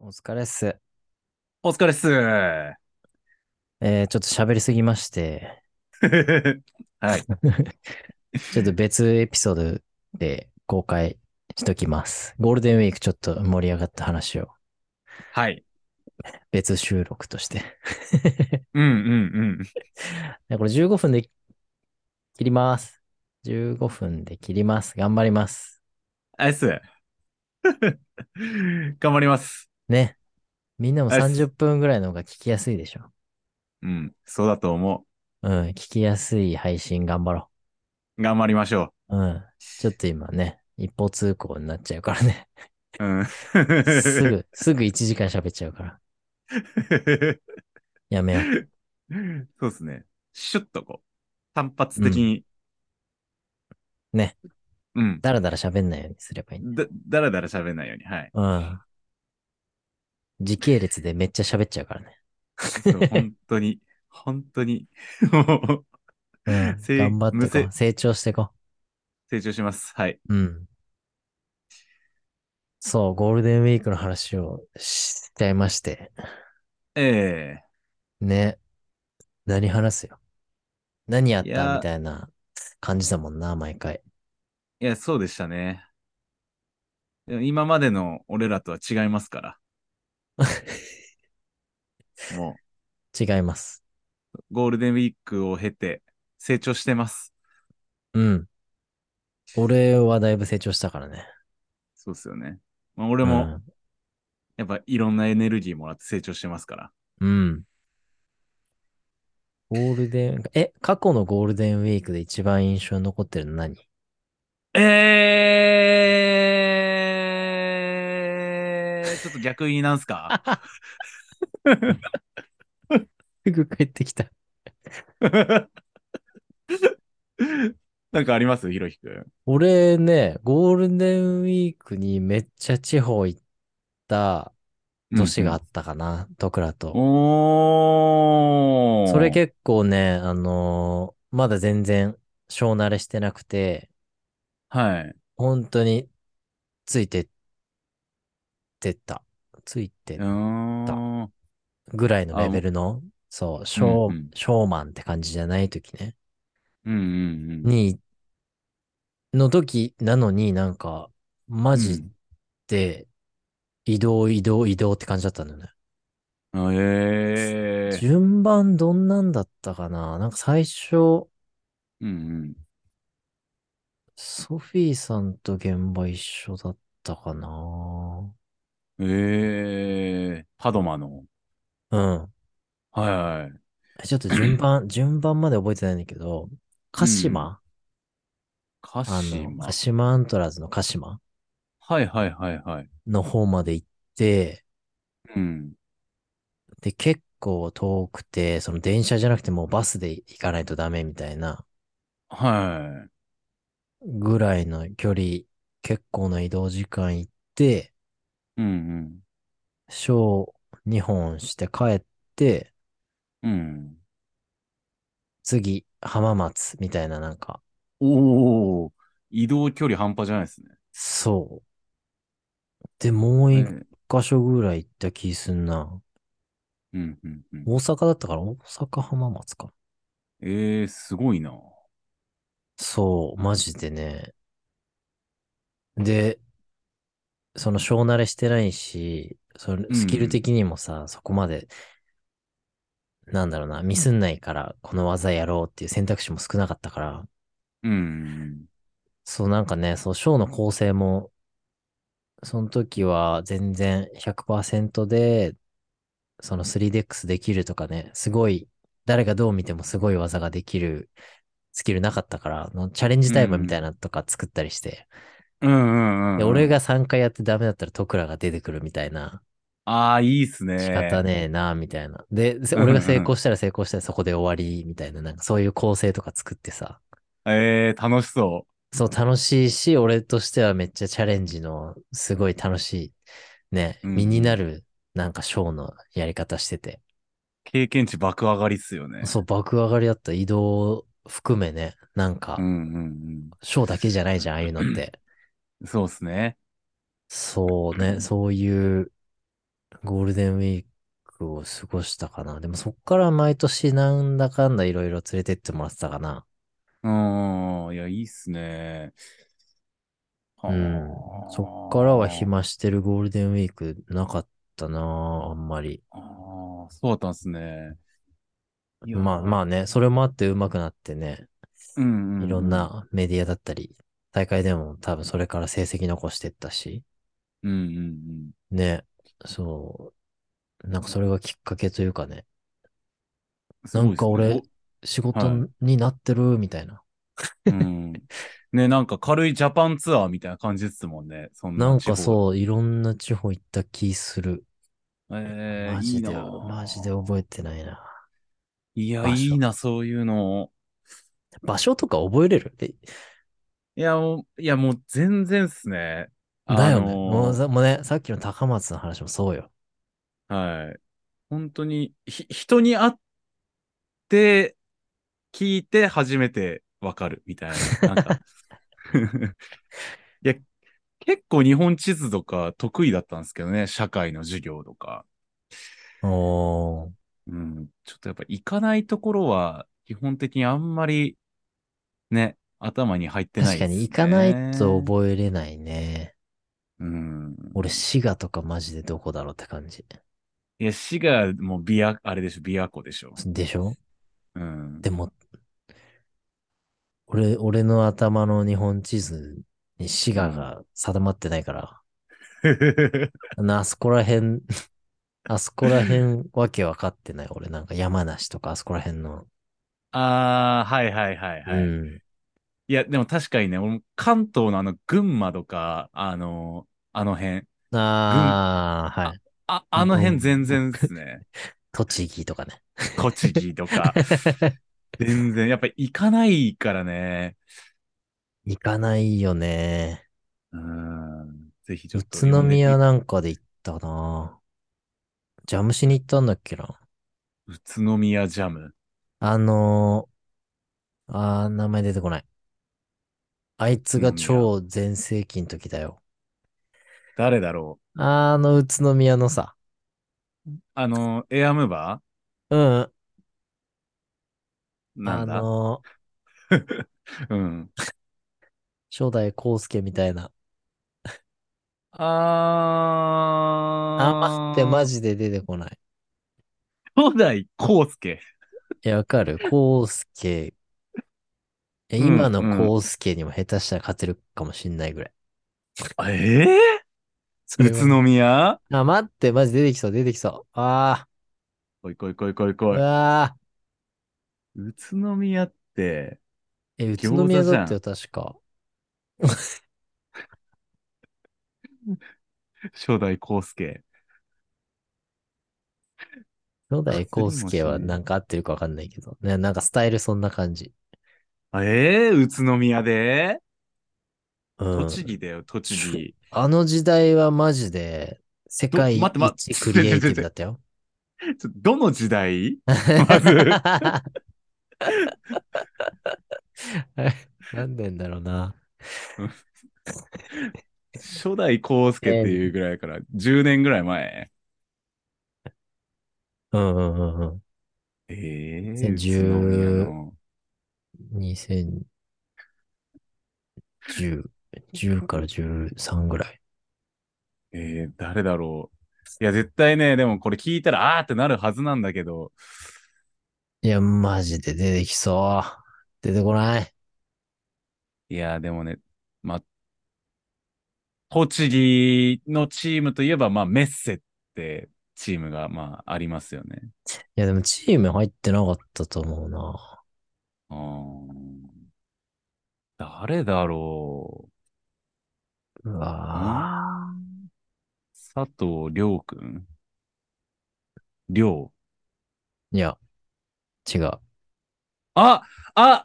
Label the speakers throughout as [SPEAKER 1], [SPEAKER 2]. [SPEAKER 1] お疲れっす。
[SPEAKER 2] お疲れっ す。
[SPEAKER 1] えー、ちょっと喋りすぎまして、
[SPEAKER 2] はい。
[SPEAKER 1] ちょっと別エピソードで公開しときます。ゴールデンウィークちょっと盛り上がった話を
[SPEAKER 2] はい。
[SPEAKER 1] 別収録として。
[SPEAKER 2] うんうん
[SPEAKER 1] でこれ15分で切ります。15分で切ります。頑張ります。
[SPEAKER 2] うん。あいっす。 頑張ります。
[SPEAKER 1] ね。みんなも
[SPEAKER 2] はいっす
[SPEAKER 1] 30分ぐらいの方が聞きやすいでしょ。
[SPEAKER 2] うん。そうだと思
[SPEAKER 1] うん。聞きやすい配信頑張ろ
[SPEAKER 2] う。頑張りましょ
[SPEAKER 1] う。うん。ちょっと今ね、一方通行になっちゃうからね。
[SPEAKER 2] う。うん。
[SPEAKER 1] すぐ、すぐ1時間喋っちゃうから。やめよう。
[SPEAKER 2] そうですね。シュッとこう。単発的に。
[SPEAKER 1] うんね。
[SPEAKER 2] うん。
[SPEAKER 1] だらだら喋んないようにすればいいんだ。
[SPEAKER 2] だ、だらだら喋んないように。 はい。
[SPEAKER 1] うん。時系列でめっちゃ喋っちゃうからね。
[SPEAKER 2] そう本当に、本当に、 もう、
[SPEAKER 1] うん。
[SPEAKER 2] せい
[SPEAKER 1] 頑張って
[SPEAKER 2] む
[SPEAKER 1] こ
[SPEAKER 2] せ
[SPEAKER 1] う。成長してこ
[SPEAKER 2] 成長します。はい。
[SPEAKER 1] う。うん。そう、ゴールデンウィークの話をしちゃいまして。
[SPEAKER 2] え
[SPEAKER 1] ね。何話すよ。何やっ
[SPEAKER 2] いや
[SPEAKER 1] た
[SPEAKER 2] ー
[SPEAKER 1] みたいな感じだもんな、毎回。
[SPEAKER 2] えいや、そうでしたね。でも今までの俺らとは違いますから。 も
[SPEAKER 1] 違います。
[SPEAKER 2] う、ゴールデンウィークを経て、成長してます。
[SPEAKER 1] うん。俺はだいぶ成長したからね。
[SPEAKER 2] そうですよね。まあ、俺
[SPEAKER 1] で
[SPEAKER 2] も、、やっぱいろんなエネルギーもらって成長してますから。
[SPEAKER 1] うん。ゴールデン、え、過去のゴールデンウィークで一番印象に残ってるの何
[SPEAKER 2] えー、ちょっと逆になんすか
[SPEAKER 1] すぐ帰ってきた。
[SPEAKER 2] なんかありますひろひくん。
[SPEAKER 1] 俺ね、ゴールデンウィークにめっちゃ地方行った年があったかな、とくらと。
[SPEAKER 2] おー。
[SPEAKER 1] それ結構ね、あのーまだ全然、小慣れしてなくて、
[SPEAKER 2] はい。
[SPEAKER 1] 本当に、ついてってった。ついて
[SPEAKER 2] うーん。
[SPEAKER 1] ぐらいのレベルの、そう、小、
[SPEAKER 2] うんうん
[SPEAKER 1] 小マンって感じじゃない時ね。
[SPEAKER 2] うんうんうん。
[SPEAKER 1] に、の時なのになんか、マジで移動移動移動って感じだったんだよね。
[SPEAKER 2] うん。えー。
[SPEAKER 1] 順番どんなんだったかななんか最初、
[SPEAKER 2] うん
[SPEAKER 1] ソフィーさんと現場一緒だったかな
[SPEAKER 2] うん。えー。パドマの。
[SPEAKER 1] うん。
[SPEAKER 2] はいはい。
[SPEAKER 1] ちょっと順 番、順番まで覚えてないんだけど、鹿島、
[SPEAKER 2] 鹿
[SPEAKER 1] あ
[SPEAKER 2] 島。
[SPEAKER 1] の、鹿島アントラーズの鹿島
[SPEAKER 2] はいはいはいはい。
[SPEAKER 1] の方まで行って、
[SPEAKER 2] うん。
[SPEAKER 1] で、結構遠くて、その電車じゃなくてもうバスで行かないとダメみたいな
[SPEAKER 2] は
[SPEAKER 1] ぐらいの距離、結構な移動時間行って、
[SPEAKER 2] い。うん
[SPEAKER 1] ショー2本して帰って、
[SPEAKER 2] うん。うん。
[SPEAKER 1] 次、浜松みたいななんか、
[SPEAKER 2] おお移動距離半端じゃないですね。
[SPEAKER 1] そう。で、もう一
[SPEAKER 2] うん
[SPEAKER 1] 箇所ぐらい行った気すんな。
[SPEAKER 2] うんうんうん。
[SPEAKER 1] 大阪だったから、大阪浜松か。
[SPEAKER 2] えー、すごいな。
[SPEAKER 1] そう、マジでね。で、その、小慣れしてないし、その
[SPEAKER 2] うん
[SPEAKER 1] スキル的にもさ、そこまで、なんだろうな、ミスんないから、この技やろうっていう選択肢も少なかったから、
[SPEAKER 2] うん。
[SPEAKER 1] そうなんかね、そう、ショーの構成も、その時は全然100%で、その 3DX できるとかね、すごい、誰がどう見てもすごい技ができるスキルなかったから、のチャレンジタイムみたいなのとか作ったりして、
[SPEAKER 2] うんうんうん。
[SPEAKER 1] で俺。が3回やってダメだったらトクラが出てくるみたいな、
[SPEAKER 2] ああ、いいっすね。
[SPEAKER 1] 仕方ねえな、みたいな。で、せ
[SPEAKER 2] うんうん
[SPEAKER 1] 俺が成功したら成功したらそこで終わり、みたいな、なんかそういう構成とか作ってさ、
[SPEAKER 2] えー、楽しそ
[SPEAKER 1] そう、楽しいし、俺としてはめっちゃチャレンジの、すごい楽しい、ね、
[SPEAKER 2] うん
[SPEAKER 1] 身になる、なんかショーのやり方してて。
[SPEAKER 2] う。経験値爆上がりっすよね。
[SPEAKER 1] そう、爆上がりだった移動含めね、なんか
[SPEAKER 2] う、んうん
[SPEAKER 1] ショーだけじゃないじゃん、ああいうのって。
[SPEAKER 2] うん。そうっすね。
[SPEAKER 1] そうね、そういう、ゴールデンウィークを過ごしたかな。でもそっから毎年なんだかんだいろいろ連れてってもらってたかな。
[SPEAKER 2] うん。いや、いいっすね。
[SPEAKER 1] うん
[SPEAKER 2] はあ
[SPEAKER 1] そっからは。暇してるゴールデンウィークなかったなあんまり。
[SPEAKER 2] ああ、そうだったんですね。いや
[SPEAKER 1] まあまあね、それもあって上手くなってね、
[SPEAKER 2] うん、うん。
[SPEAKER 1] いろん。なメディアだったり、大会でも多分それから成績残してったし、
[SPEAKER 2] うんうんうん。
[SPEAKER 1] ね、そう、なんかそれがきっかけというかね、
[SPEAKER 2] すごいっすね
[SPEAKER 1] なんか俺、仕事になってるみたいな。
[SPEAKER 2] おうん。 ね、なんか軽いジャパンツアーみたいな感じですもんね。そんな
[SPEAKER 1] なんか
[SPEAKER 2] う。
[SPEAKER 1] そう、いろんな地方行った気する。
[SPEAKER 2] ええ
[SPEAKER 1] マ
[SPEAKER 2] い
[SPEAKER 1] ジ
[SPEAKER 2] い
[SPEAKER 1] で、
[SPEAKER 2] な。
[SPEAKER 1] マジで覚えてないな。
[SPEAKER 2] いや、
[SPEAKER 1] 場所
[SPEAKER 2] いいな、そういうの。
[SPEAKER 1] 場所とか覚えれるえ
[SPEAKER 2] いや、もう、いや、もう全然っすね。
[SPEAKER 1] だよね。
[SPEAKER 2] あのー
[SPEAKER 1] もうさもうね、さっきの高松の話もそうよ。
[SPEAKER 2] はい。本当に、ひ、人に会って、聞いて初めてわかるみたいな。なん かいや、結構日本地図とか得意だったんですけどね、社会の授業とか。
[SPEAKER 1] おー。
[SPEAKER 2] うん。ちょっとやっぱ行かないところは、基本的にあんまり、ね、頭に入ってな
[SPEAKER 1] 確
[SPEAKER 2] いで
[SPEAKER 1] か
[SPEAKER 2] すね
[SPEAKER 1] に行かないと覚えれないね。
[SPEAKER 2] うん。
[SPEAKER 1] 俺、滋賀とかマジでどこだろうって感じ。
[SPEAKER 2] いや、滋賀も琵琶、あれでしょ、琵琶湖でしょ。
[SPEAKER 1] でしょ
[SPEAKER 2] うん。
[SPEAKER 1] でも、俺、俺の頭の日本地図に滋賀が定まってないから、なあそこら辺、 あそこら辺わけ分かってない。俺なんか山梨とかあそこら辺の。
[SPEAKER 2] ああ、はいはいはいはい。
[SPEAKER 1] うん。
[SPEAKER 2] いや、でも確かにね、俺も関東のあの、群馬とか、あの、あの辺、
[SPEAKER 1] ああ、はい。
[SPEAKER 2] あ、あの
[SPEAKER 1] う
[SPEAKER 2] 辺
[SPEAKER 1] ん
[SPEAKER 2] 全然ですね。
[SPEAKER 1] 栃木とかね。
[SPEAKER 2] 栃木とか、全然、やっぱ行かないからね。
[SPEAKER 1] 行かないよね。
[SPEAKER 2] うん、ぜひちょ
[SPEAKER 1] 宇
[SPEAKER 2] っと。
[SPEAKER 1] 都宮。なんかで行ったなジャムしに行ったんだっけな
[SPEAKER 2] 宇都宮ジャム。
[SPEAKER 1] あのー、あー、名前出てこない。あいつが超全盛期の時だよ。
[SPEAKER 2] 誰だろう
[SPEAKER 1] あの宇都宮のさ。
[SPEAKER 2] あの、エアムバ
[SPEAKER 1] うん。
[SPEAKER 2] ーな
[SPEAKER 1] あ
[SPEAKER 2] んだ、
[SPEAKER 1] のー、
[SPEAKER 2] うん。
[SPEAKER 1] 初代康介みたいな。あー、
[SPEAKER 2] あ
[SPEAKER 1] 待って、マ
[SPEAKER 2] ジ。
[SPEAKER 1] ジで出てこない。
[SPEAKER 2] 兄弟、コウスケ。
[SPEAKER 1] いや、わかる。康介。え
[SPEAKER 2] うん
[SPEAKER 1] 今
[SPEAKER 2] う
[SPEAKER 1] の康介にも下手したら勝てるかもしんないぐらい。
[SPEAKER 2] ええ
[SPEAKER 1] それは
[SPEAKER 2] 宇都宮
[SPEAKER 1] あ、待って、マジ出てきそう、出てきそう。あ
[SPEAKER 2] 来い来い来い来い
[SPEAKER 1] ー、う
[SPEAKER 2] 来い。
[SPEAKER 1] わー。
[SPEAKER 2] 宇都宮って、
[SPEAKER 1] え、宇
[SPEAKER 2] 餃
[SPEAKER 1] 都
[SPEAKER 2] 子
[SPEAKER 1] 宮
[SPEAKER 2] じゃ
[SPEAKER 1] だ
[SPEAKER 2] ん
[SPEAKER 1] ってよ、確か。
[SPEAKER 2] 初代コウスケ。
[SPEAKER 1] 野田
[SPEAKER 2] 勝てる
[SPEAKER 1] 康
[SPEAKER 2] も
[SPEAKER 1] 介は
[SPEAKER 2] しね
[SPEAKER 1] なんか合ってるかわかんないけど。ね、なんかスタイルそんな感じ。
[SPEAKER 2] ええ宇都宮で、
[SPEAKER 1] うん。
[SPEAKER 2] 栃木だよ、栃木。
[SPEAKER 1] あの時代はマジで、世界
[SPEAKER 2] ど待って待って
[SPEAKER 1] 一クリエイティブだった よ。
[SPEAKER 2] ちょどの 時代まず
[SPEAKER 1] なんでんだろうな。
[SPEAKER 2] 初代コウスケっていうぐらいから、10年ぐらい前。
[SPEAKER 1] うんうんうんうん。
[SPEAKER 2] ええ
[SPEAKER 1] 2010
[SPEAKER 2] 宇都宮の
[SPEAKER 1] 2010、10から13ぐらい。
[SPEAKER 2] ええ誰だろう。いや、絶対ね、でもこれ聞いたら、あーってなるはずなんだけど、
[SPEAKER 1] いや、マジで出てきそう。出てこない。
[SPEAKER 2] いや、でもね、まあ、栃木のチームといえば、まあ、メッセってチームが、まあ、ありますよね。
[SPEAKER 1] いや、でもチーム入ってなかったと思うな。
[SPEAKER 2] うーん誰だろ
[SPEAKER 1] う
[SPEAKER 2] う
[SPEAKER 1] わぁ。
[SPEAKER 2] 佐藤亮くん亮。
[SPEAKER 1] いや、違う。
[SPEAKER 2] あああ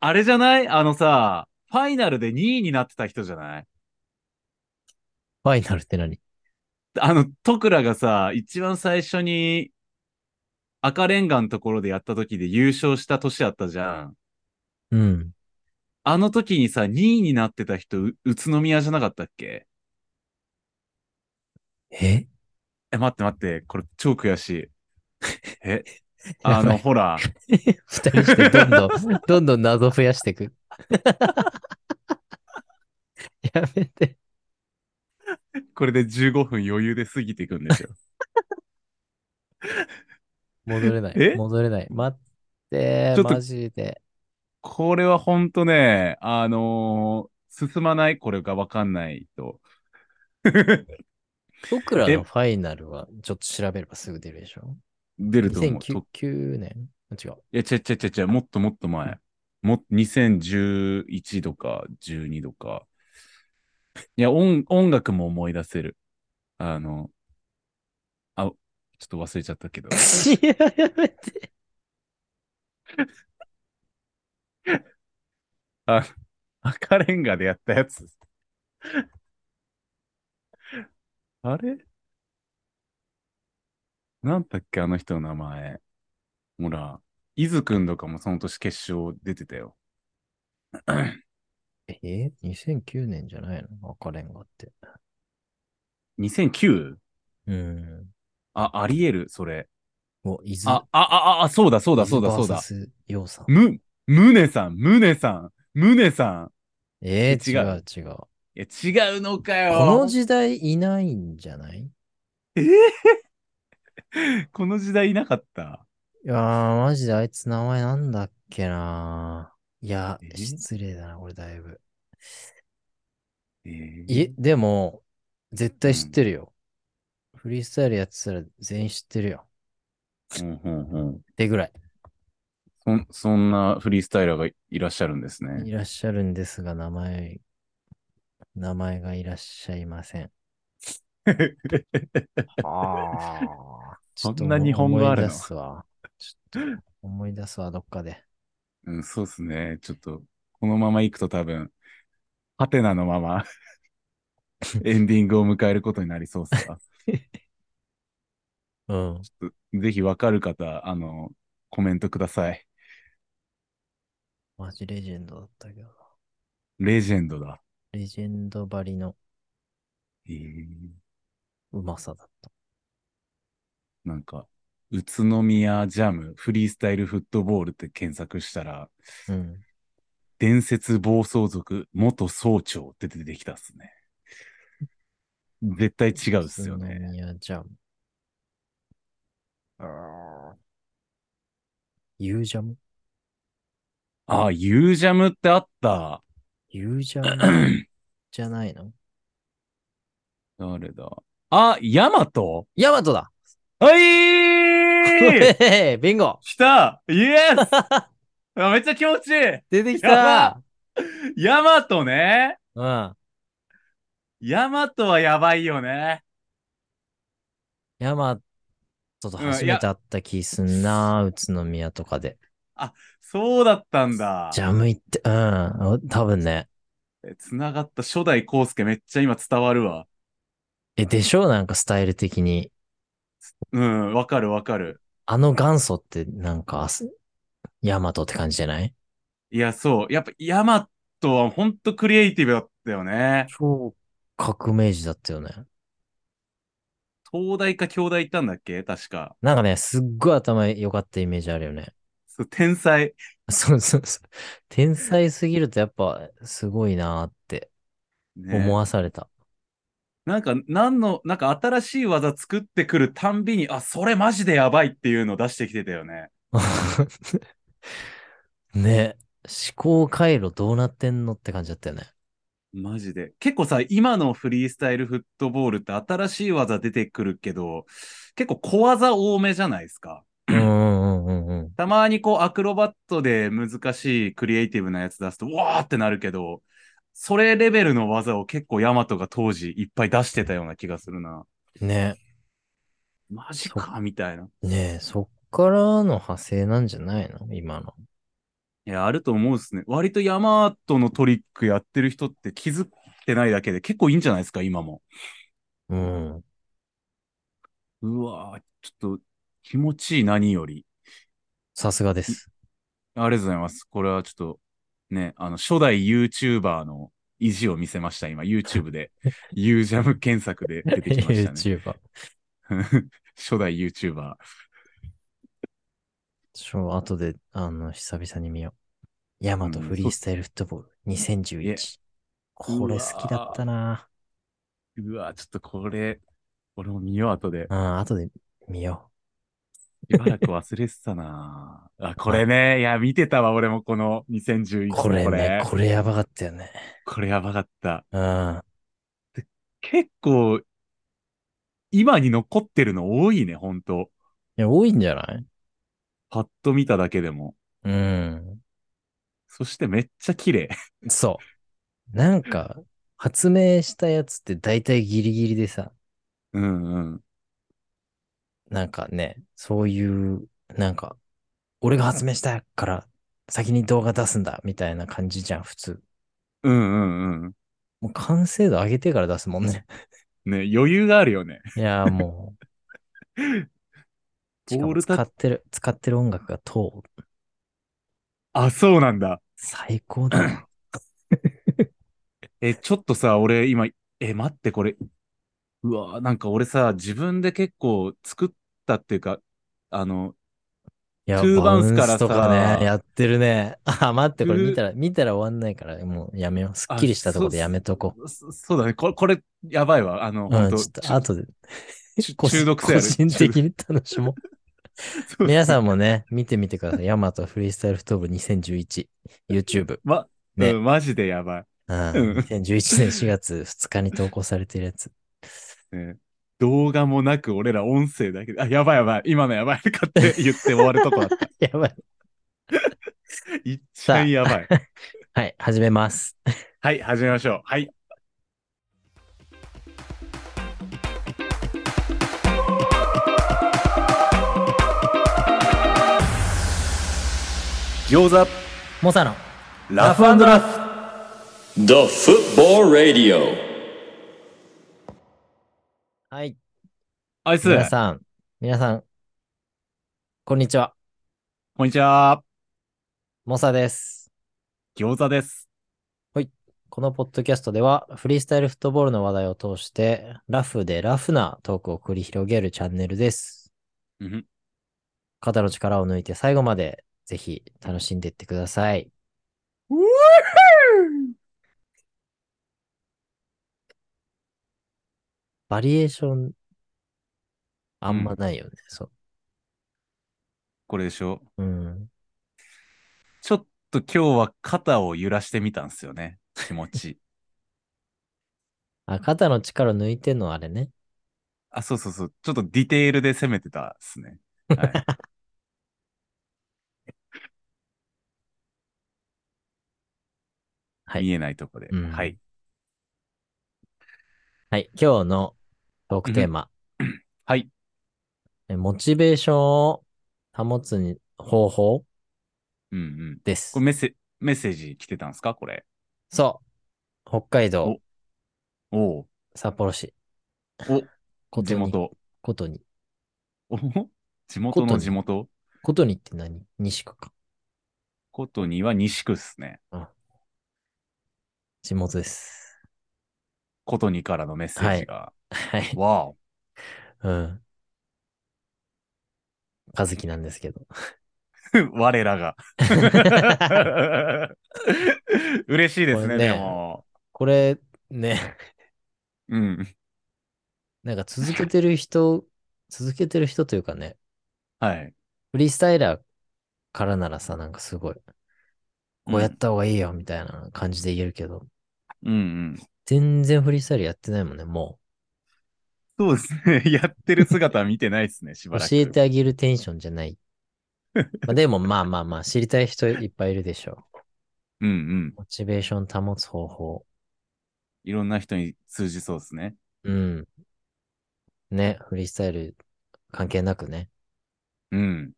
[SPEAKER 2] あれじゃないあのさ、ファイナルで2位になってた人じゃない
[SPEAKER 1] ファイナルって何
[SPEAKER 2] あの、トクラがさ、一番最初に赤レンガのところでやった時で優勝した年あったじゃん。
[SPEAKER 1] うん。
[SPEAKER 2] あの時にさ、2位になってた人、う宇都宮じゃなかったっけ
[SPEAKER 1] え
[SPEAKER 2] え、待って待って、これ超悔しい。え、あの、
[SPEAKER 1] やばい
[SPEAKER 2] ほら、
[SPEAKER 1] 二人してどん どん、どんどん謎増やしてい く。やめて。
[SPEAKER 2] これで15分余裕で過ぎていくんですよ。
[SPEAKER 1] 戻れな
[SPEAKER 2] え
[SPEAKER 1] い。戻れない。待って
[SPEAKER 2] ちょっ、と
[SPEAKER 1] マジで。
[SPEAKER 2] これはほんとね、あのー進まない、これがわかんない と。
[SPEAKER 1] 僕ら
[SPEAKER 2] え
[SPEAKER 1] のファイナルは、ちょっと調べればすぐ出るでしょ
[SPEAKER 2] 出ると思う。と
[SPEAKER 1] ?2009 年違う。
[SPEAKER 2] いや、ちゃちゃちゃちゃ、もっともっと前。もっ、2011とか12とか。いや、音、音楽も思い出せる。あの、あ、ちょっと忘れちゃったけど。
[SPEAKER 1] いや、やめて。
[SPEAKER 2] あ、赤レンガでやったやつ。あれなんだっけ、あの人の名前。ほら、伊豆くんとかもその年決勝出てたよ。
[SPEAKER 1] え ?2009 年じゃないの赤レンガって。
[SPEAKER 2] 2009?
[SPEAKER 1] うん。
[SPEAKER 2] あ、ありえる、それ。
[SPEAKER 1] お、伊豆。
[SPEAKER 2] あ、あ、あ、あ、そうだ、そうだ、
[SPEAKER 1] 伊
[SPEAKER 2] そう
[SPEAKER 1] 豆
[SPEAKER 2] だ、そうだ。
[SPEAKER 1] VS 洋さん。
[SPEAKER 2] む、むねさん、むねさん、むねさ
[SPEAKER 1] え
[SPEAKER 2] 違
[SPEAKER 1] ー、違う違う。こ
[SPEAKER 2] ん。いや、違うのかよ。
[SPEAKER 1] の時代いないんじゃない
[SPEAKER 2] この時代いなかった。
[SPEAKER 1] いやー、マジであいつ名前なんだっけないや、
[SPEAKER 2] え
[SPEAKER 1] 失礼だな、これだいぶ。
[SPEAKER 2] えー
[SPEAKER 1] いえ、でも、絶対知ってるよ。フリースタイルやってたら全員知ってるよ。
[SPEAKER 2] うんうんうん
[SPEAKER 1] ってぐらい
[SPEAKER 2] そんそんなフリースタイラーがいらっしゃるんですね。
[SPEAKER 1] いらっしゃるんですが、名前、名前がいらっしゃいません。あ あ。
[SPEAKER 2] そんな日本語あるの
[SPEAKER 1] 思い出すわ。ちょっと思い出すわ、どっかで。
[SPEAKER 2] うん、そうですね。ちょっと、このまま行くと多分、ハテナのま ま、エンディングを迎えることになりそうっすわ。
[SPEAKER 1] うん。
[SPEAKER 2] ちょっとぜひわかる方、あの、コメントください。
[SPEAKER 1] マジレジェンドだったけどな。
[SPEAKER 2] レジェンドだ。
[SPEAKER 1] レジェンドばりの
[SPEAKER 2] えー
[SPEAKER 1] うまさだった。
[SPEAKER 2] なんか、宇都宮ジャムフリースタイルフットボールって検索したら、
[SPEAKER 1] うん。
[SPEAKER 2] 伝説暴走族元総長って出てきたっすね。絶対違うっすよ
[SPEAKER 1] 宇都
[SPEAKER 2] ね。
[SPEAKER 1] 宮 ジャム。ユージャム
[SPEAKER 2] ああ、ユージャムってあった。
[SPEAKER 1] ユージャムじゃないの
[SPEAKER 2] 誰だあ、ヤマト
[SPEAKER 1] ヤマトだ
[SPEAKER 2] は い
[SPEAKER 1] ビンゴ
[SPEAKER 2] 来たイエ スあめっちゃ気持ちい
[SPEAKER 1] 出てき
[SPEAKER 2] や
[SPEAKER 1] た
[SPEAKER 2] いヤマトね
[SPEAKER 1] うん。
[SPEAKER 2] ヤマトはやばいよね。
[SPEAKER 1] ヤマトと初めて会った気すんな、宇都宮とかで。
[SPEAKER 2] そうだったんだ。
[SPEAKER 1] ジャム行って、うんお、多分ね。
[SPEAKER 2] え繋がった初代コウスケめっちゃ今伝わるわ。
[SPEAKER 1] え、でしょなんかスタイル的に。
[SPEAKER 2] うん、わかるわかる。
[SPEAKER 1] あの元祖ってなんか、すヤマトって感じじゃない
[SPEAKER 2] いや、そう。やっぱ、ヤマトはほんとクリエイティブだったよね。
[SPEAKER 1] 超革命児だったよね。
[SPEAKER 2] 東大か京大行ったんだっけ確か。
[SPEAKER 1] なんかね、すっごい頭良かったイメージあるよね。
[SPEAKER 2] そう天才。
[SPEAKER 1] そうそうそう。天才すぎるとやっぱすごいなーって
[SPEAKER 2] ね
[SPEAKER 1] 思わされた。
[SPEAKER 2] なんか、何の、なんか新しい技作ってくるたんびに、あ、それマジでやばいっていうの出してきてたよね。
[SPEAKER 1] ね、思考回路どうなってんのって感じだったよね。
[SPEAKER 2] マジで。結構さ、今のフリースタイルフットボールって新しい技出てくるけど、結構小技多めじゃないですか。
[SPEAKER 1] うんうんうんうん
[SPEAKER 2] たまにこうアクロバットで難しいクリエイティブなやつ出すと、わーってなるけど、それレベルの技を結構ヤマトが当時いっぱい出してたような気がするな。
[SPEAKER 1] うん。ね、
[SPEAKER 2] マジ
[SPEAKER 1] そ
[SPEAKER 2] かみたいな。
[SPEAKER 1] ねそっからの派生なんじゃないの今の。
[SPEAKER 2] いや、あると思うっすね。割とヤマトのトリックやってる人って気づってないだけで結構いいんじゃないですか、今も。
[SPEAKER 1] うん。
[SPEAKER 2] うわー、ちょっと気持ちいい何より。
[SPEAKER 1] さすがです。
[SPEAKER 2] ありがとうございます。これはちょっと、ね、あの、初代 YouTuber の意地を見せました、今。YouTube で。ユージャム検索で出てきましたね。
[SPEAKER 1] YouTuber。
[SPEAKER 2] 初代 YouTuber。
[SPEAKER 1] ちょ、後で、あの、久々に見よう。ヤマト
[SPEAKER 2] うん
[SPEAKER 1] フリースタイルフットボール
[SPEAKER 2] いえ
[SPEAKER 1] 2011。これ好きだったな
[SPEAKER 2] うわ、ちょっとこれ、俺も見よう、後で。
[SPEAKER 1] うん、後で見よ
[SPEAKER 2] しばらく忘れてたなあ、これね。いや、見てたわ、俺もこの2011
[SPEAKER 1] う。
[SPEAKER 2] の
[SPEAKER 1] これ
[SPEAKER 2] こ
[SPEAKER 1] ね
[SPEAKER 2] れ、
[SPEAKER 1] これやばかったよね。
[SPEAKER 2] これやばかった。
[SPEAKER 1] うん。
[SPEAKER 2] 結構、今に残ってるの多いね、ほんと。
[SPEAKER 1] いや、多いんじゃない
[SPEAKER 2] パッと見ただけでも。
[SPEAKER 1] うん。
[SPEAKER 2] そしてめっちゃ綺麗。
[SPEAKER 1] そう。なんか、発明したやつって大体ギリギリでさ、
[SPEAKER 2] うんうん。
[SPEAKER 1] なんかね、そういう、なんか、俺が発明したから先に動画出すんだ、みたいな感じじゃん、普通。
[SPEAKER 2] うんうんうん。
[SPEAKER 1] もう完成度上げてから出すもん ね。
[SPEAKER 2] ね、余裕があるよね。
[SPEAKER 1] いやー、もう。しか
[SPEAKER 2] ボー
[SPEAKER 1] も
[SPEAKER 2] ルタッ
[SPEAKER 1] 使ってる、使ってる音楽がとう。
[SPEAKER 2] あ、そうなんだ。
[SPEAKER 1] 最高だな。
[SPEAKER 2] え、ちょっとさ、俺今、え、待って、これ。うわなんか俺さ、自分で結構作ったっていうか、あの、
[SPEAKER 1] いや、
[SPEAKER 2] トゥーバウンスからさ
[SPEAKER 1] バウとかね、やってるね。 あ、待って、これ
[SPEAKER 2] トゥー
[SPEAKER 1] 見たら、見たら終わんないから、もうやめよう。すっきりしたとこでやめとこう。
[SPEAKER 2] そそうだね。これ、これ、やばいわ。あの、
[SPEAKER 1] う
[SPEAKER 2] 本
[SPEAKER 1] ん、ち
[SPEAKER 2] 当
[SPEAKER 1] ょっ と後で。 個人
[SPEAKER 2] 中毒性ある。
[SPEAKER 1] 個人的に楽しも う。皆さんもね、見てみてください。ヤマトフリースタイルフットボール2011、YouTube。
[SPEAKER 2] ま、
[SPEAKER 1] ね
[SPEAKER 2] うんマジでやばい。
[SPEAKER 1] うん、
[SPEAKER 2] うん
[SPEAKER 1] 2011年4月2日に投稿されてるやつ。
[SPEAKER 2] ね動画もなく、俺ら音声だけで、あ、やばいやばい、今のやばいかって言って終わるとこ だった。
[SPEAKER 1] やばい。
[SPEAKER 2] 一番や ばい。
[SPEAKER 1] はい、始めます。
[SPEAKER 2] はい、始めましょう。はい。餃子
[SPEAKER 1] モサの
[SPEAKER 2] ラフラフ
[SPEAKER 3] The Football Radio.
[SPEAKER 1] はい、
[SPEAKER 2] アイス
[SPEAKER 1] 皆さん、皆さん、こんにちは。
[SPEAKER 2] こんにちは
[SPEAKER 1] モサです。
[SPEAKER 2] 餃子です
[SPEAKER 1] このポッドキャストでは、フリースタイルフットボールの話題を通して、ラフでラフなトークを繰り広げるチャンネルです。
[SPEAKER 2] うん
[SPEAKER 1] 肩の力を抜いて最後まで、ぜひ楽しんでいってください。バリエーション、あんまないよね。そ
[SPEAKER 2] これでしょ
[SPEAKER 1] う。うん。
[SPEAKER 2] ちょっと今日は肩を揺らしてみたんですよね気持ち
[SPEAKER 1] あ、肩の力を抜いてんのはあれね。
[SPEAKER 2] あそうそうそうちょっとディテールで攻めてたっすね はい
[SPEAKER 1] はい
[SPEAKER 2] 見えないとこで、
[SPEAKER 1] うん
[SPEAKER 2] はい
[SPEAKER 1] はい。今日のトークテーマ。
[SPEAKER 2] はい
[SPEAKER 1] えモチベーションを保つに方法
[SPEAKER 2] うんうん
[SPEAKER 1] です
[SPEAKER 2] これ。メッセメッセージ来てたんですかこれ
[SPEAKER 1] そう。北海道
[SPEAKER 2] おおう
[SPEAKER 1] 札幌市。
[SPEAKER 2] お
[SPEAKER 1] ことに
[SPEAKER 2] 地元
[SPEAKER 1] ことに。
[SPEAKER 2] お 地元の地元
[SPEAKER 1] ことにって何西区か。
[SPEAKER 2] ことには西区っすね。
[SPEAKER 1] 地元です。
[SPEAKER 2] ことにからのメッセージが。
[SPEAKER 1] はい。
[SPEAKER 2] わお。
[SPEAKER 1] うん。和樹なんですけど。
[SPEAKER 2] 我 らが。 嬉しいですね、
[SPEAKER 1] これね
[SPEAKER 2] でも。
[SPEAKER 1] これ、ね、
[SPEAKER 2] うん。
[SPEAKER 1] なんか続けてる人、続けてる人というかね、
[SPEAKER 2] はい。
[SPEAKER 1] フリースタイラーからならさ、なんかすごい、こうやった方がいいよ、みたいな感じで言えるけど、
[SPEAKER 2] うんうん。
[SPEAKER 1] 全然フリースタイルやってないもんね、も
[SPEAKER 2] そうですね。 やってる姿は見てな いですね、し
[SPEAKER 1] う。
[SPEAKER 2] ば
[SPEAKER 1] 教
[SPEAKER 2] らく。
[SPEAKER 1] えてあげるテンションじゃ ない。まあでも、まあまあまあ、知りたい人いっぱいいるでしょ
[SPEAKER 2] うんうん
[SPEAKER 1] う。。モチベーション保つ方法。
[SPEAKER 2] いろんな人に通じそうですね。
[SPEAKER 1] うん。ね、フリースタイル関係なくね。
[SPEAKER 2] うん。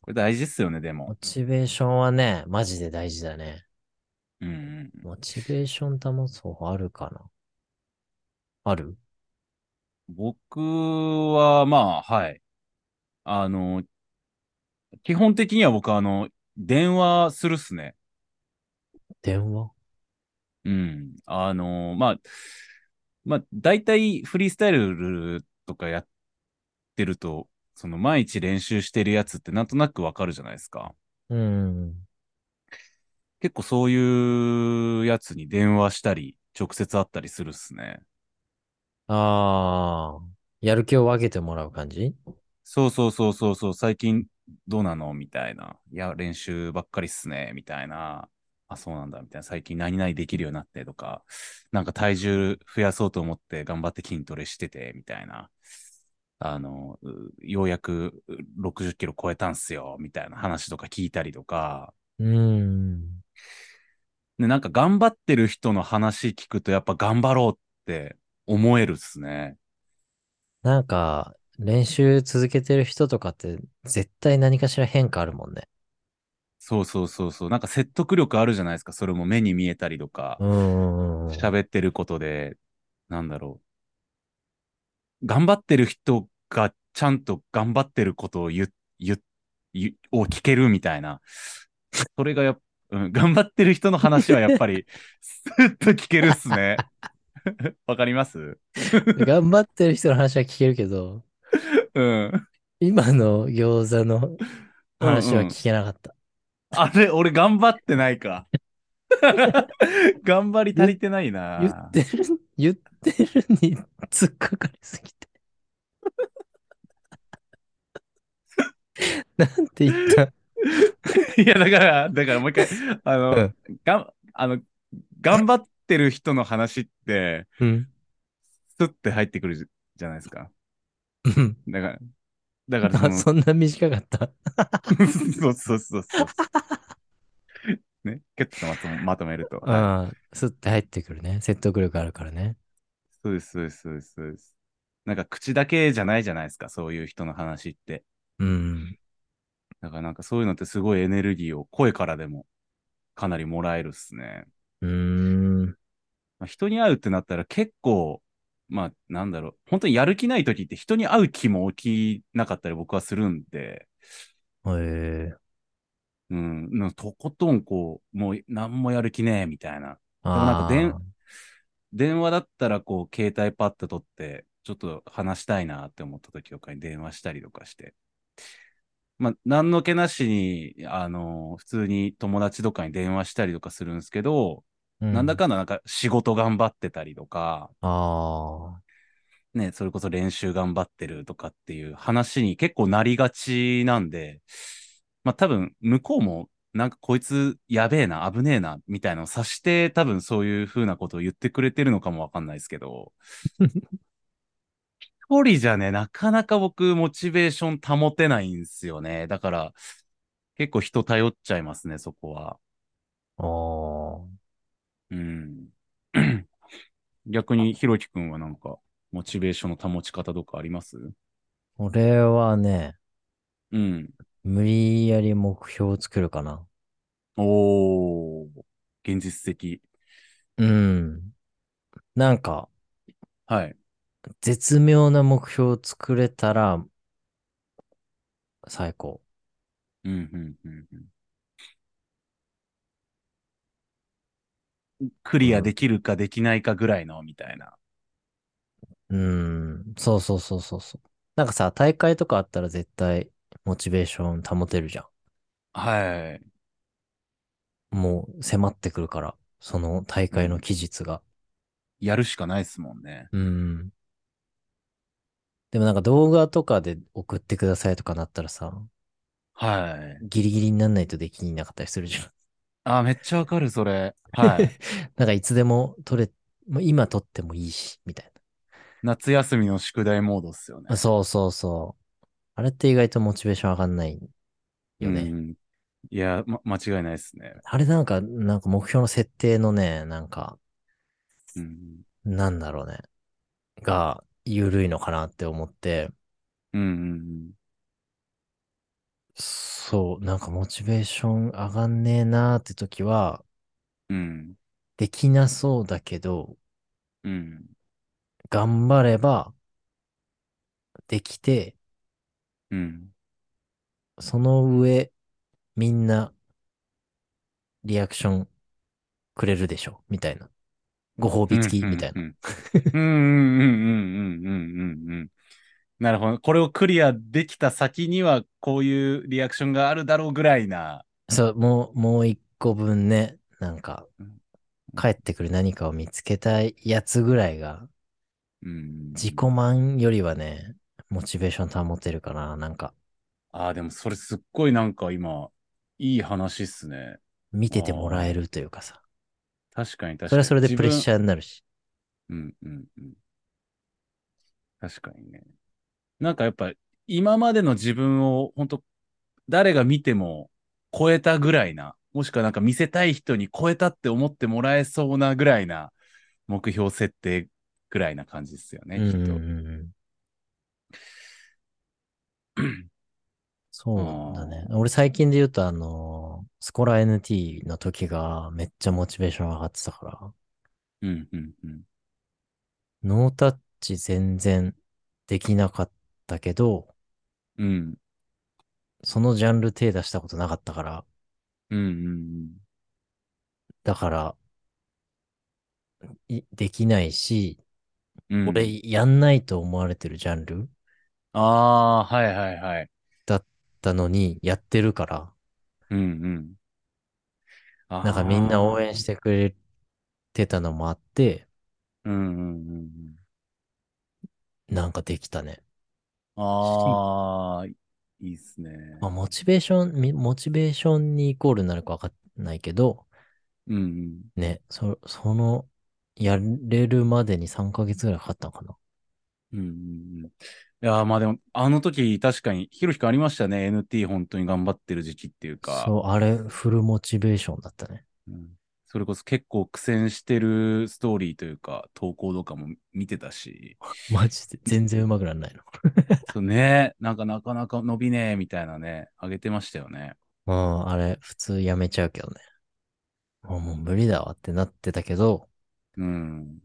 [SPEAKER 2] これ大事っすよね、でも
[SPEAKER 1] モ。チベーションはね、マジで大事だね。
[SPEAKER 2] うんうん。
[SPEAKER 1] モチベーション保つ方法あるかなある
[SPEAKER 2] 僕は、まあ、はい。あの、基本的には僕、あの、電話するっすね。
[SPEAKER 1] 電話
[SPEAKER 2] うん。あのーまあ、まあ、大体フリースタイルとかやっってると、その毎日練習してるやつってなんとなくわかるじゃないですか。
[SPEAKER 1] うん。
[SPEAKER 2] 結構そういうやつに電話したり、直接会ったりするっすね。
[SPEAKER 1] ああ、やる気を分けてもらう感じ
[SPEAKER 2] そうそうそうそうそう、最近どうなのみたいな。いや、練習ばっかりっすね。みたいな。あ、そうなんだ。みたいな。最近何々できるようになってとか、なんか体重増やそうと思って頑張って筋トレしてて、みたいな。あの、うようやくう60キロ超えたんすよ。みたいな話とか聞いたりとか。
[SPEAKER 1] うん。
[SPEAKER 2] で、なんか頑張ってる人の話聞くと、やっぱ頑張ろうって思えるっすね。
[SPEAKER 1] なんか、練習続けてる人とかって絶対何かしら変化あるもんね。
[SPEAKER 2] そうそうそうそう。なんか説得力あるじゃないですか。それも目に見えたりとか。
[SPEAKER 1] うんうんうんうん。
[SPEAKER 2] 喋ってることで、なんだろう。頑張ってる人がちゃんと頑張ってることを言、言、言、を聞けるみたいな。それがやっ、うん、頑張ってる人の話はやっぱ り、スッと聞けるっすね。 わかります
[SPEAKER 1] 頑張ってる人の話は聞けるけど、
[SPEAKER 2] うん。
[SPEAKER 1] 今の餃子の話は聞けなかった。
[SPEAKER 2] あれ、俺頑張ってな いか。頑張り足りてないな。
[SPEAKER 1] 言ってる、言ってるに突っかかりすぎて。 なんて言った
[SPEAKER 2] いや、だから、だからもう一回、あ の、
[SPEAKER 1] うん
[SPEAKER 2] がん、あの、頑張ってる人の話って、
[SPEAKER 1] うん。
[SPEAKER 2] スッて入ってくるじじゃないですか。
[SPEAKER 1] うん
[SPEAKER 2] だから、だから
[SPEAKER 1] あ、
[SPEAKER 2] そ
[SPEAKER 1] そんな短かった。
[SPEAKER 2] の、 そうそうそうそう。ね、キュッとまとめまとめると。は
[SPEAKER 1] う
[SPEAKER 2] い
[SPEAKER 1] ん。スッて入ってくるね。説得力あるからね。
[SPEAKER 2] そうです、そうです、そうです、そうです。なんか口だけじゃないじゃないですか、そういう人の話って。
[SPEAKER 1] うん。
[SPEAKER 2] だからなんかそういうのってすごいエネルギーを声からでもかなりもらえるっすね。
[SPEAKER 1] うーん。
[SPEAKER 2] まあ、人に会うってなったら結構、まあなんだろう、本当にやる気ない時って人に会う気も起きなかったり僕はするんで、
[SPEAKER 1] ええ。
[SPEAKER 2] うん、なんかとことんこう、もう何もやる気ねえみたいな。
[SPEAKER 1] あ
[SPEAKER 2] でもなん
[SPEAKER 1] あ
[SPEAKER 2] か。電話だったらこう携帯パッと取って、ちょっと話したいなって思った時とかに電話したりとかして。まあ、何の気なしに、あの普通に友達とかに電話したりとかするんですけど、
[SPEAKER 1] う
[SPEAKER 2] なんだ。かんだなんか仕事頑張ってたりとか、
[SPEAKER 1] ああ。
[SPEAKER 2] ね、それこそ練習頑張ってるとかっていう話に結構なりがちなんで、まあ多分向こうもなんかこいつやべえな、危ねえな、みたいなのを察して多分そういう風なことを言ってくれてるのかもわかんないですけど、一人じゃね、なかなか僕モチベーション保てないんですよね。だから結構人頼っちゃいますね、そこは。
[SPEAKER 1] ああ。
[SPEAKER 2] うん。 逆にひろきくんはなんかモチベーションの保ち方とかあります
[SPEAKER 1] 俺はね、
[SPEAKER 2] うん。
[SPEAKER 1] 無理やり目標を作るかな。
[SPEAKER 2] おー、現実的。
[SPEAKER 1] うん。なんか、
[SPEAKER 2] はい。
[SPEAKER 1] 絶妙な目標を作れたら、最高。
[SPEAKER 2] うん、うん、うんうん。クリアできるかできないかぐらいの、みたいな。
[SPEAKER 1] うん。そうそうそうそうそう。なんかさ、大会とかあったら絶対モチベーション保てるじゃ
[SPEAKER 2] はい。
[SPEAKER 1] ん。もう迫ってくるから、その大会の期日が。
[SPEAKER 2] やるしかないっすもんね。
[SPEAKER 1] うん。でもなんか動画とかで送ってくださいとかなったらさ、
[SPEAKER 2] はい。
[SPEAKER 1] ギリギリになんないとできなかったりするじゃん。
[SPEAKER 2] あー、めっちゃわかる、それ。はい。
[SPEAKER 1] なんかいつでも撮れ、もう今撮ってもいいし、みたい
[SPEAKER 2] 夏休みの宿題モードっすよね
[SPEAKER 1] な。。そうそうそう。あれって意外とモチベーション上がんないよね。
[SPEAKER 2] うんいや、ま、間違いないっすね。
[SPEAKER 1] あれなんか、なんか目標の設定のね、なんか、
[SPEAKER 2] うん。
[SPEAKER 1] なんだろうね。が、緩いのかなって思って、
[SPEAKER 2] うん、うん
[SPEAKER 1] そう、なんかモチベーション上がんねえなーって時は、
[SPEAKER 2] うん、うん。
[SPEAKER 1] できなそうだけど、
[SPEAKER 2] うん。
[SPEAKER 1] 頑張れば、できて、
[SPEAKER 2] うん。
[SPEAKER 1] その上、みんな、リアクションくれるでしょ、みたいな。ご褒美付き、みたいな。
[SPEAKER 2] な。うんうんうんうんうんうんうんうん。なるほど。これをクリアできた先には、こういうリアクションがあるだろうぐらいな。
[SPEAKER 1] そう、もう、もう一個分ね、なんか
[SPEAKER 2] うん、
[SPEAKER 1] 帰ってくる何かを見つけたいやつぐらいが、
[SPEAKER 2] うん。
[SPEAKER 1] 自己満よりはね、モチベーション保てるかな。なんか、
[SPEAKER 2] ああ、でもそれすっごいなんか今、いい話っすね。
[SPEAKER 1] 見ててもらえるというかさ。
[SPEAKER 2] 確かに確かに。
[SPEAKER 1] それはそれでプレッシ
[SPEAKER 2] ャー。
[SPEAKER 1] ャーになるし。
[SPEAKER 2] うんうんうん。確かにね。なんかやっぱ、今までの自分を、本当誰が見ても超えたぐらいな、もしくはなんか見せたい人に超えたって思ってもらえそうなぐらいな、目標設定ぐらいな感じですよね、
[SPEAKER 1] うん
[SPEAKER 2] きっ
[SPEAKER 1] うん
[SPEAKER 2] と。
[SPEAKER 1] うん。 そうなんだね。俺最近で言うと、あの、スコラ NT の時がめっちゃモチベーション上がってたから、
[SPEAKER 2] うんうんうん。
[SPEAKER 1] ノータッチ全然できなかったけど、
[SPEAKER 2] うん。
[SPEAKER 1] そのジャンル手出したことなかったから、
[SPEAKER 2] うんうんうん。
[SPEAKER 1] だから、いできないし、
[SPEAKER 2] うん、
[SPEAKER 1] 俺やんないと思われてるジャンル
[SPEAKER 2] ああー、はいはいはい。
[SPEAKER 1] だのにやってるから、
[SPEAKER 2] うんうん。な
[SPEAKER 1] なんかみんな応援してくれてたのもあって、
[SPEAKER 2] うんうんうんうん。
[SPEAKER 1] なんかできたね。
[SPEAKER 2] ああ、いいっすね。
[SPEAKER 1] まあ、モチベーションみ、モチベーションにイコールになるかわかんないけど、
[SPEAKER 2] うんうん。
[SPEAKER 1] ね、そ、その、やれるまでに3ヶ月ぐらいかかったのかな。
[SPEAKER 2] うんうんうん。いやーまあでも、あの時確かに、ひろひくんありましたね。NT 本当に頑張ってる時期っていうか、
[SPEAKER 1] そう、あれ、フルモチベーションだったね。
[SPEAKER 2] うんそれこそ結構苦戦してるストーリーというか、投稿とかも見てたし、
[SPEAKER 1] マジで、全然うまくなんない
[SPEAKER 2] そうね、なんかなかなか伸びねえみたいなね、上げてましたよね。
[SPEAKER 1] の。うん、あれ、普通やめちゃうけどね。もうもう無理だわってなってたけど、
[SPEAKER 2] うん。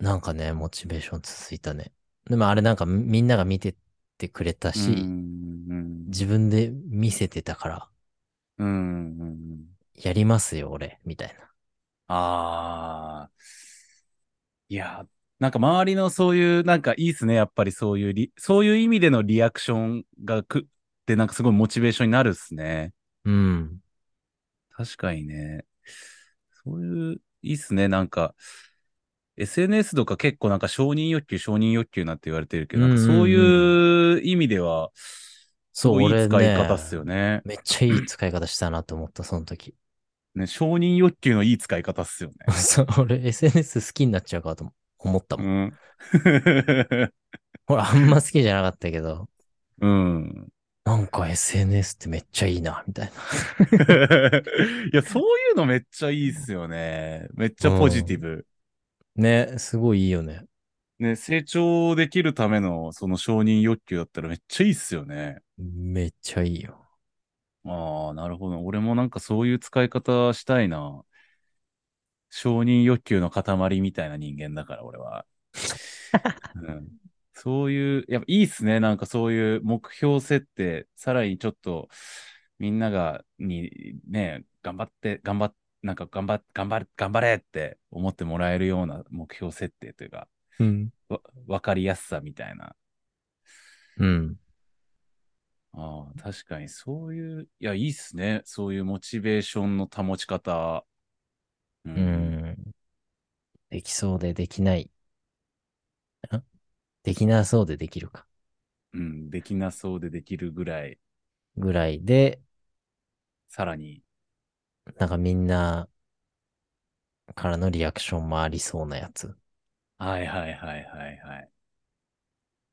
[SPEAKER 1] なんかね、モチベーション続いたね。でもあれなんかみみんなが見てってくれたし、
[SPEAKER 2] うん
[SPEAKER 1] 自分で見せてたから、
[SPEAKER 2] うんうんうんうん。
[SPEAKER 1] やりますよ、俺、みたいな。
[SPEAKER 2] ああ。いや、なんか周りのそういう、なんかいいっすね。やっぱりそういうリ、そういう意味でのリアクションがくって、なんかすごいモチベーションになるっすね。
[SPEAKER 1] うん。
[SPEAKER 2] 確かにね。そういう、いいっすね。なんか、SNS とか結構なんか承認欲求、承認欲求なんて言われてるけど、なんかそういう意味では、す
[SPEAKER 1] そう
[SPEAKER 2] ごいいい
[SPEAKER 1] 俺
[SPEAKER 2] 使い
[SPEAKER 1] ね
[SPEAKER 2] 方っすよね。
[SPEAKER 1] めっちゃいい使い方したなと思 った、その時。
[SPEAKER 2] ね、承認欲求のいい使い方っ すよね。
[SPEAKER 1] そう俺、SNS 好きになっちゃうかと思った
[SPEAKER 2] う
[SPEAKER 1] もん。
[SPEAKER 2] ん。
[SPEAKER 1] 俺、あんま好きじゃなかったけど、
[SPEAKER 2] うん。
[SPEAKER 1] なんか SNS ってめっちゃいいな、みたいな。
[SPEAKER 2] いや、そういうのめっちゃいいっすよね。めっちゃポジティブ。
[SPEAKER 1] ね、すごいいいよね。
[SPEAKER 2] ね、成長できるためのその承認欲求だったらめっちゃいいっすよね。
[SPEAKER 1] めっちゃいいよ。
[SPEAKER 2] ああ、なるほど。俺もなんかそういう使い方したいな。承認欲求の塊みたいな人間だから、俺は。うん、そういう、やっぱいいっすね。なんかそういう目標設定、さらにちょっと、みんなが、に、ね、頑張って、頑張っ、なんか頑張っ、頑張れ、頑張れって思ってもらえるような目標設定というか、
[SPEAKER 1] うん。
[SPEAKER 2] わ、わかりやすさみたいな。
[SPEAKER 1] うん。
[SPEAKER 2] ああ、確かにそういう、いや、いいっすね。そういうモチベーションの保ち方。う
[SPEAKER 1] う。ん。できそうでできない。んできなそうでできるか。
[SPEAKER 2] うん、できなそうでできるぐらい、
[SPEAKER 1] ぐらいで、
[SPEAKER 2] さらに。
[SPEAKER 1] なんかみんなからのリアクションもありそうなやつ。
[SPEAKER 2] はいはいはいはいはい。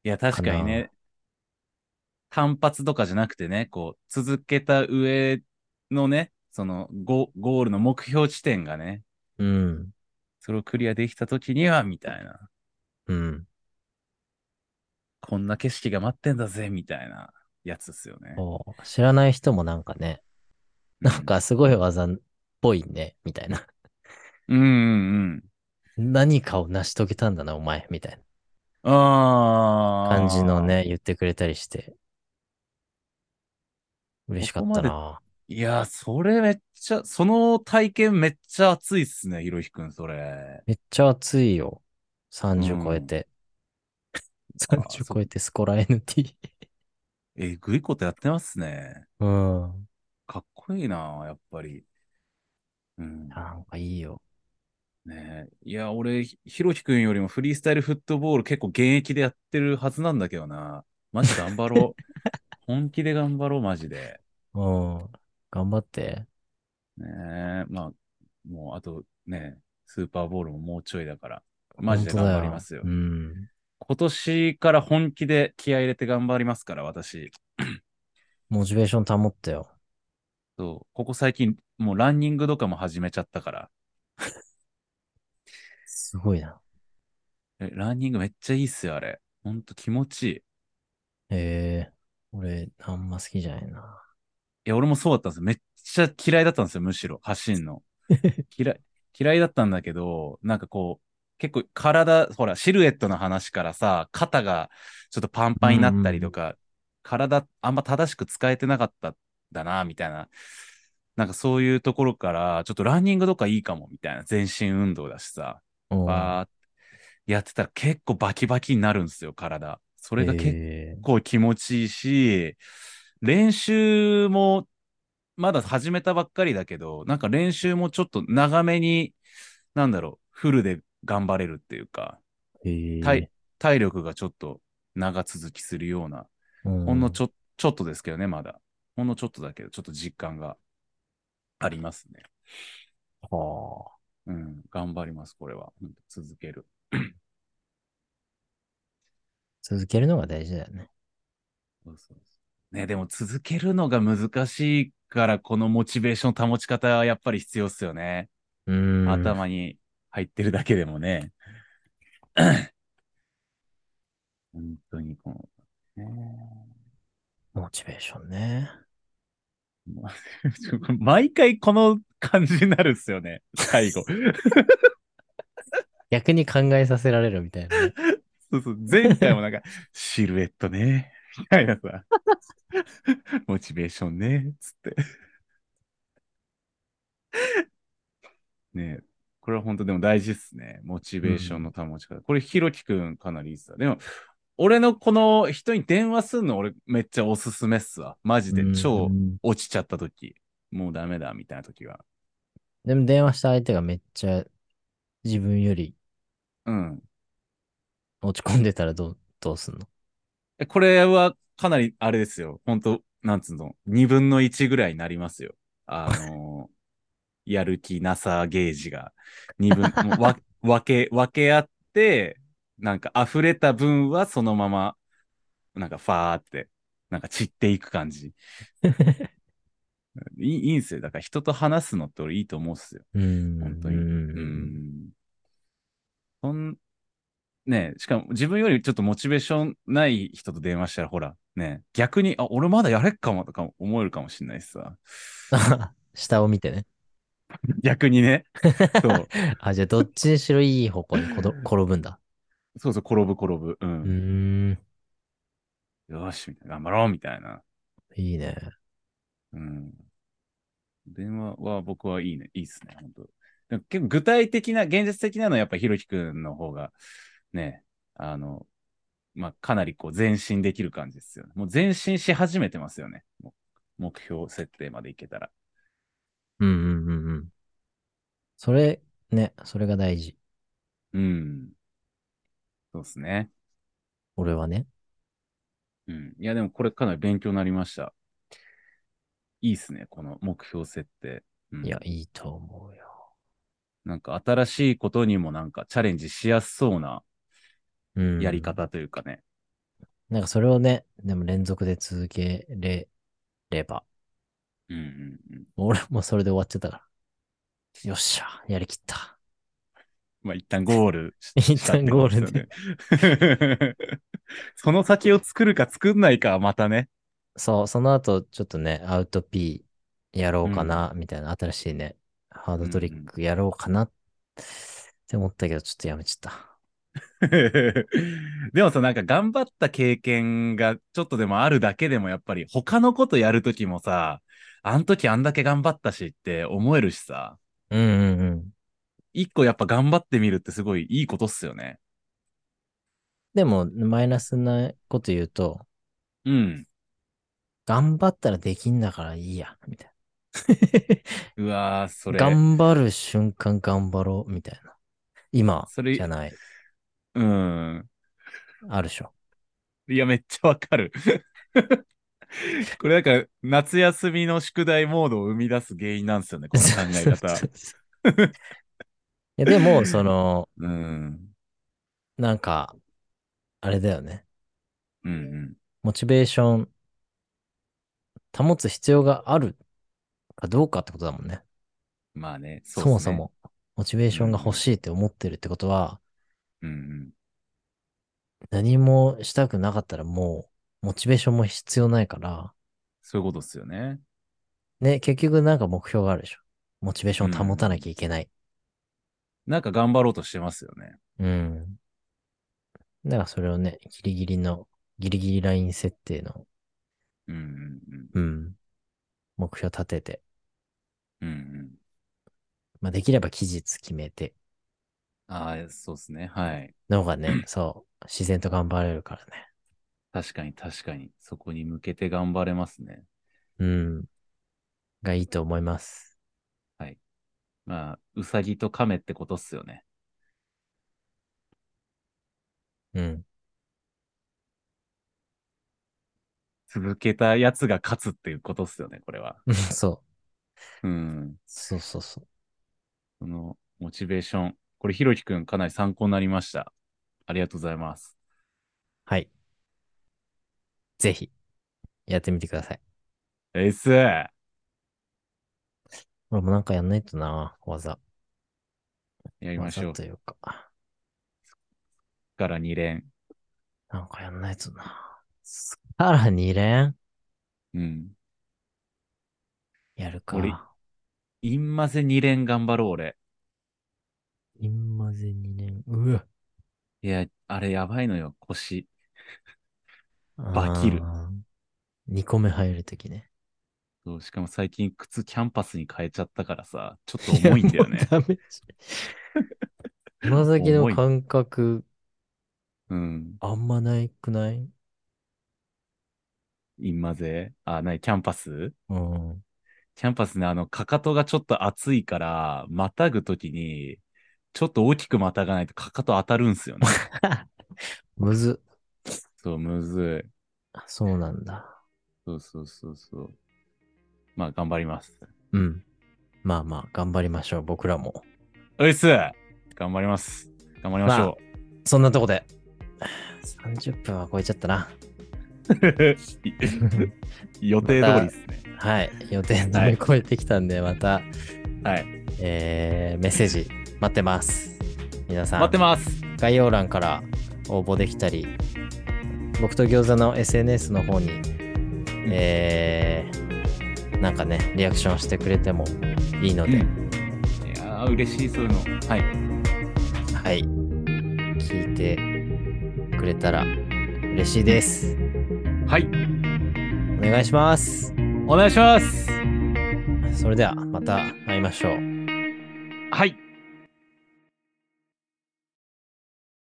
[SPEAKER 2] いや、確かにね、単発とかじゃなくてね、こう、続けた上のね、そのゴ、ゴールの目標地点がね、
[SPEAKER 1] うん。
[SPEAKER 2] それをクリアできた時には、みたいな。
[SPEAKER 1] うん。
[SPEAKER 2] こんな景色が待ってんだぜ、みたいなやつですよね。
[SPEAKER 1] そう知らない人もなんかね、なんかすごい技っぽいね、みたいな。
[SPEAKER 2] うんうんうん。
[SPEAKER 1] 何かを成し遂げたんだな、お前、みたい
[SPEAKER 2] あ
[SPEAKER 1] な
[SPEAKER 2] あ。
[SPEAKER 1] 感じの。ね、言ってくれたりして。嬉しかった
[SPEAKER 2] こ
[SPEAKER 1] な。
[SPEAKER 2] いや、それめっちゃ、その体験めっちゃ熱いっすね、ひろひくん、それ。
[SPEAKER 1] めっちゃ暑いよ。30超えて。 30超えてスコラ NT。
[SPEAKER 2] えぐいことやってますね。
[SPEAKER 1] うん。
[SPEAKER 2] かっこいいな、やっぱり。うん。
[SPEAKER 1] なんかいいよ。
[SPEAKER 2] ねえいや、俺、ひひろきくんよりもフリースタイルフットボール結構現役でやってるはずなんだけどな。マジ頑張 ろう。本気で頑張ろう、マジで。
[SPEAKER 1] うん。頑張って。
[SPEAKER 2] ねえ、まあ、もうあとね、スーパーボールももうちょいだから、マジで頑張りますよ。
[SPEAKER 1] 本当だうん。
[SPEAKER 2] 今年から本気で気合い入れて頑張りますから、私。
[SPEAKER 1] モチベーション保ってよ。
[SPEAKER 2] そう、ここ最近、もうランニングとかも始めちゃったから。
[SPEAKER 1] すごいな。
[SPEAKER 2] え、ランニングめっちゃいいっすよ、あれ。ほんと気持ちいい。い
[SPEAKER 1] ええ俺、あんま好きじゃないな。
[SPEAKER 2] や、俺もそうだったんですよ。めっちゃ嫌いだったんですよ、むしろ、走んの。嫌い、嫌いだったんだけど、なんかこう、結構体、ほら、シルエットの話からさ、肩がちょっとパンパンになったりとか、体あんま正しく使えてなかったんだな、みたいな。なんかそういうところから、ちょっとランニングとかいいかも、みたいな。全身運動だしさ、
[SPEAKER 1] うん
[SPEAKER 2] バーってやってたら結構バキバキになるんですよ、体。それが結
[SPEAKER 1] え
[SPEAKER 2] 結構気持ちいいし、練習も、まだ始めたばっかりだけど、なんか練習もちょっと長めに、なんだろう、フルで頑張れるっていうか、
[SPEAKER 1] えええ
[SPEAKER 2] 体体力がちょっと長続きするような、ほんのち
[SPEAKER 1] ょ
[SPEAKER 2] ょちょっとですけどね、まだ。ほんのちょっとだけど、ちょっと実感がありますね。
[SPEAKER 1] っと。
[SPEAKER 2] うん、頑張ります、これは。うん続ける。
[SPEAKER 1] 続けるのが大事だよね。
[SPEAKER 2] そうそうそうね、でも続けるのが難しいから、このモチベーション保ち方はやっぱり必要っすよね。
[SPEAKER 1] うん。
[SPEAKER 2] 頭に入ってるだけでもね。 本当にこの、ね
[SPEAKER 1] モチベーションね。
[SPEAKER 2] もう ちょ毎回この感じになるっすよね。最後。
[SPEAKER 1] 逆に考えさせられるみたい なね。
[SPEAKER 2] そうそう。前回もなんか、 シルエットね。みたいなさ。 モチベーションね。つって。ねえ。これは本当でも大事っすね。モチベーションの保ち方。これ、ひろきくんかなりいいっすわ。でも、俺のこの人に電話すんの俺めっちゃおすすめっすわ。マジで
[SPEAKER 1] うん
[SPEAKER 2] 超落ちちゃった時。もうダメだみたいな時は。
[SPEAKER 1] でも電話した相手がめっちゃ自分より
[SPEAKER 2] うん。
[SPEAKER 1] 落ち込んでたらどう、どうすんの
[SPEAKER 2] えこれはかなりあれですよ。本当なんつうの、2分の1ぐらいになりますよ。あのーやる気なさゲージが。二分、もうわ分け、分け合って、なんか溢れた分はそのまま、なんかファーって、なんか散っていく感じ。いいいいんすよ。だから人と話すのって俺いいと思うっすよ。
[SPEAKER 1] うん。
[SPEAKER 2] 本当に。
[SPEAKER 1] う。
[SPEAKER 2] うんん。そん、ねえしかも自分よりちょっとモチベーションない人と電話したら、ほら、ねえ逆に、あ、俺まだやれっかもとか思えるかもしれないし さ。
[SPEAKER 1] 下を見てね。
[SPEAKER 2] 逆に ね。そう。
[SPEAKER 1] あ、じゃあどっちにしろいい方向にこど 転ぶんだ。
[SPEAKER 2] そうそう、転ぶ転ぶ。う。
[SPEAKER 1] うんーん。
[SPEAKER 2] よし、みたいな。頑張ろう、みたいな。
[SPEAKER 1] いいね。
[SPEAKER 2] うん。電話は僕はいいね。いいっすね、本当でも結構具体的な、現実的なのはやっぱひろきくんの方が、ね、あの、まあ、かなりこう前進できる感じですよね。もう前進し始めてますよね。もう目標設定までいけたら。
[SPEAKER 1] うんうんうんうん。それ、ね、それが大事。
[SPEAKER 2] うん。そうですね。
[SPEAKER 1] 俺はね。
[SPEAKER 2] うん。いや、でもこれかなり勉強になりました。いいっすね、この目標設定。うん
[SPEAKER 1] いや、いいと思うよ。
[SPEAKER 2] なんか新しいことにもなんかチャレンジしやすそうな
[SPEAKER 1] うん。
[SPEAKER 2] やり。方というかね。
[SPEAKER 1] なんかそれをね、でも連続で続けれれば。
[SPEAKER 2] うんうんうん。
[SPEAKER 1] 俺もそれで終わっちゃったから。よっしゃ、やりきった。
[SPEAKER 2] まあ、一旦ゴール
[SPEAKER 1] 一
[SPEAKER 2] し。
[SPEAKER 1] 旦ゴールで
[SPEAKER 2] で。 その先を作るか作んないかはまたね。
[SPEAKER 1] そう、その後、ちょっとね、アウト P やろうかな、みたいな、新しいね、ハードトリックやろうかなって思ったけど、ちょっとやめちゃった。
[SPEAKER 2] でもさ、なんか頑張った経験がちょっとでもあるだけでも、やっぱり他のことやるときもさ、あの時あんだけ頑張ったしって思えるしさ、
[SPEAKER 1] うんうんうん。
[SPEAKER 2] 一個やっぱ頑張ってみるってすごいいいことっすよね。
[SPEAKER 1] でも、マイナスなこと言うと、
[SPEAKER 2] うん。
[SPEAKER 1] 頑張ったらできんだからいいや、みたいう
[SPEAKER 2] わー、 そ
[SPEAKER 1] な。
[SPEAKER 2] れ。
[SPEAKER 1] 頑張る瞬間頑張ろう、みたいな。今
[SPEAKER 2] それ
[SPEAKER 1] じゃない。
[SPEAKER 2] うん。
[SPEAKER 1] あるでしょ。
[SPEAKER 2] いや、めっちゃわかる。 これなんか、夏休みの宿題モードを生み出す原因なんですよね、この考え
[SPEAKER 1] そう
[SPEAKER 2] 方
[SPEAKER 1] そ。うそう いやでも、その、
[SPEAKER 2] うん。
[SPEAKER 1] なんか、あれだよね。
[SPEAKER 2] うんうん。
[SPEAKER 1] モチベーション、保つ必要があるかどうかってことだもんね。
[SPEAKER 2] まあね、
[SPEAKER 1] そう
[SPEAKER 2] っすね
[SPEAKER 1] もそ。も、モチベーションが欲しいって思ってるってことは、
[SPEAKER 2] うんうん。
[SPEAKER 1] 何もしたくなかったらもう、モチベーションも必要ないから、
[SPEAKER 2] そういうことっすよね。
[SPEAKER 1] ね、結局なんか目標があるでしょ。モチベーションを保たなきゃいけない。
[SPEAKER 2] なんか頑張ろうとしてますよね。
[SPEAKER 1] うん。だからそれをね、ギリギリの、ギリギリライン設定の、
[SPEAKER 2] うんうん
[SPEAKER 1] うん、目標立てて、
[SPEAKER 2] うん。うんうん。
[SPEAKER 1] まあできれば期日決めて、
[SPEAKER 2] ああ、そうっすね。はい。
[SPEAKER 1] の方が ね、そう、自然と頑張れるからね。
[SPEAKER 2] 確かに確かに。そこに向けて頑張れますね。
[SPEAKER 1] うん。がいいと思います。
[SPEAKER 2] まあ、うさぎと亀ってことっすよね。
[SPEAKER 1] うん。
[SPEAKER 2] 続けたやつが勝つっていうことっすよね、これは。
[SPEAKER 1] そう。
[SPEAKER 2] うん。
[SPEAKER 1] そうそうそ
[SPEAKER 2] そのモチベーション。これ、ひろきくんかなり参考になりました。ありがとうございます。
[SPEAKER 1] う。はい。ぜひ、やってみてください。
[SPEAKER 2] エースや
[SPEAKER 1] 俺もなんかやんないとな、技。
[SPEAKER 2] りましょう。
[SPEAKER 1] 技というか、
[SPEAKER 2] から2連。
[SPEAKER 1] なんかやんないとな。さら2連
[SPEAKER 2] うん。
[SPEAKER 1] やる
[SPEAKER 2] 俺
[SPEAKER 1] か。
[SPEAKER 2] インマゼ2連頑張ろう、俺。
[SPEAKER 1] インマゼ2連。うわ。
[SPEAKER 2] いや、あれやばいのよ、腰。バキる
[SPEAKER 1] あー。2個目入るときね。
[SPEAKER 2] そうしかも最近、靴キャンパスに変えちゃったからさ、ちょっと重いんだよ
[SPEAKER 1] いや
[SPEAKER 2] ね。
[SPEAKER 1] もうダメ。つま先
[SPEAKER 2] 重
[SPEAKER 1] の
[SPEAKER 2] い
[SPEAKER 1] 感覚、
[SPEAKER 2] うん。
[SPEAKER 1] あんまないくない
[SPEAKER 2] インマゼあ、ない、キャンパス
[SPEAKER 1] うん。
[SPEAKER 2] キャンパスね、あの、かかとがちょっと厚いから、またぐときに、ちょっと大きくまたがないとかかと当たる んすよね。
[SPEAKER 1] むず。
[SPEAKER 2] そう、むずい。
[SPEAKER 1] あそうなんだ。
[SPEAKER 2] そうそうそうそう。まあ、頑張ります。
[SPEAKER 1] うん。まあまあ、頑張りましょう、僕らも。
[SPEAKER 2] ういっす頑張ります。頑張りましょ
[SPEAKER 1] そんなとこで。30分は超えちゃったな。
[SPEAKER 2] う。 予定通りですね。
[SPEAKER 1] はい。予定通り超えてきたんで、また、
[SPEAKER 2] はい。
[SPEAKER 1] えーメッセージ待ってます。皆さん。
[SPEAKER 2] 待ってます。
[SPEAKER 1] 概要欄から応募できたり僕と餃子の SNS の方に、えーなんかねリアクションしてくれてもいいの
[SPEAKER 2] うん
[SPEAKER 1] で、
[SPEAKER 2] いやー、嬉しい、そういうの。はい。
[SPEAKER 1] はい聞いてくれたら嬉しいです
[SPEAKER 2] はい。
[SPEAKER 1] お願いします
[SPEAKER 2] お願いします。
[SPEAKER 1] それではまた会いましょう
[SPEAKER 2] はい。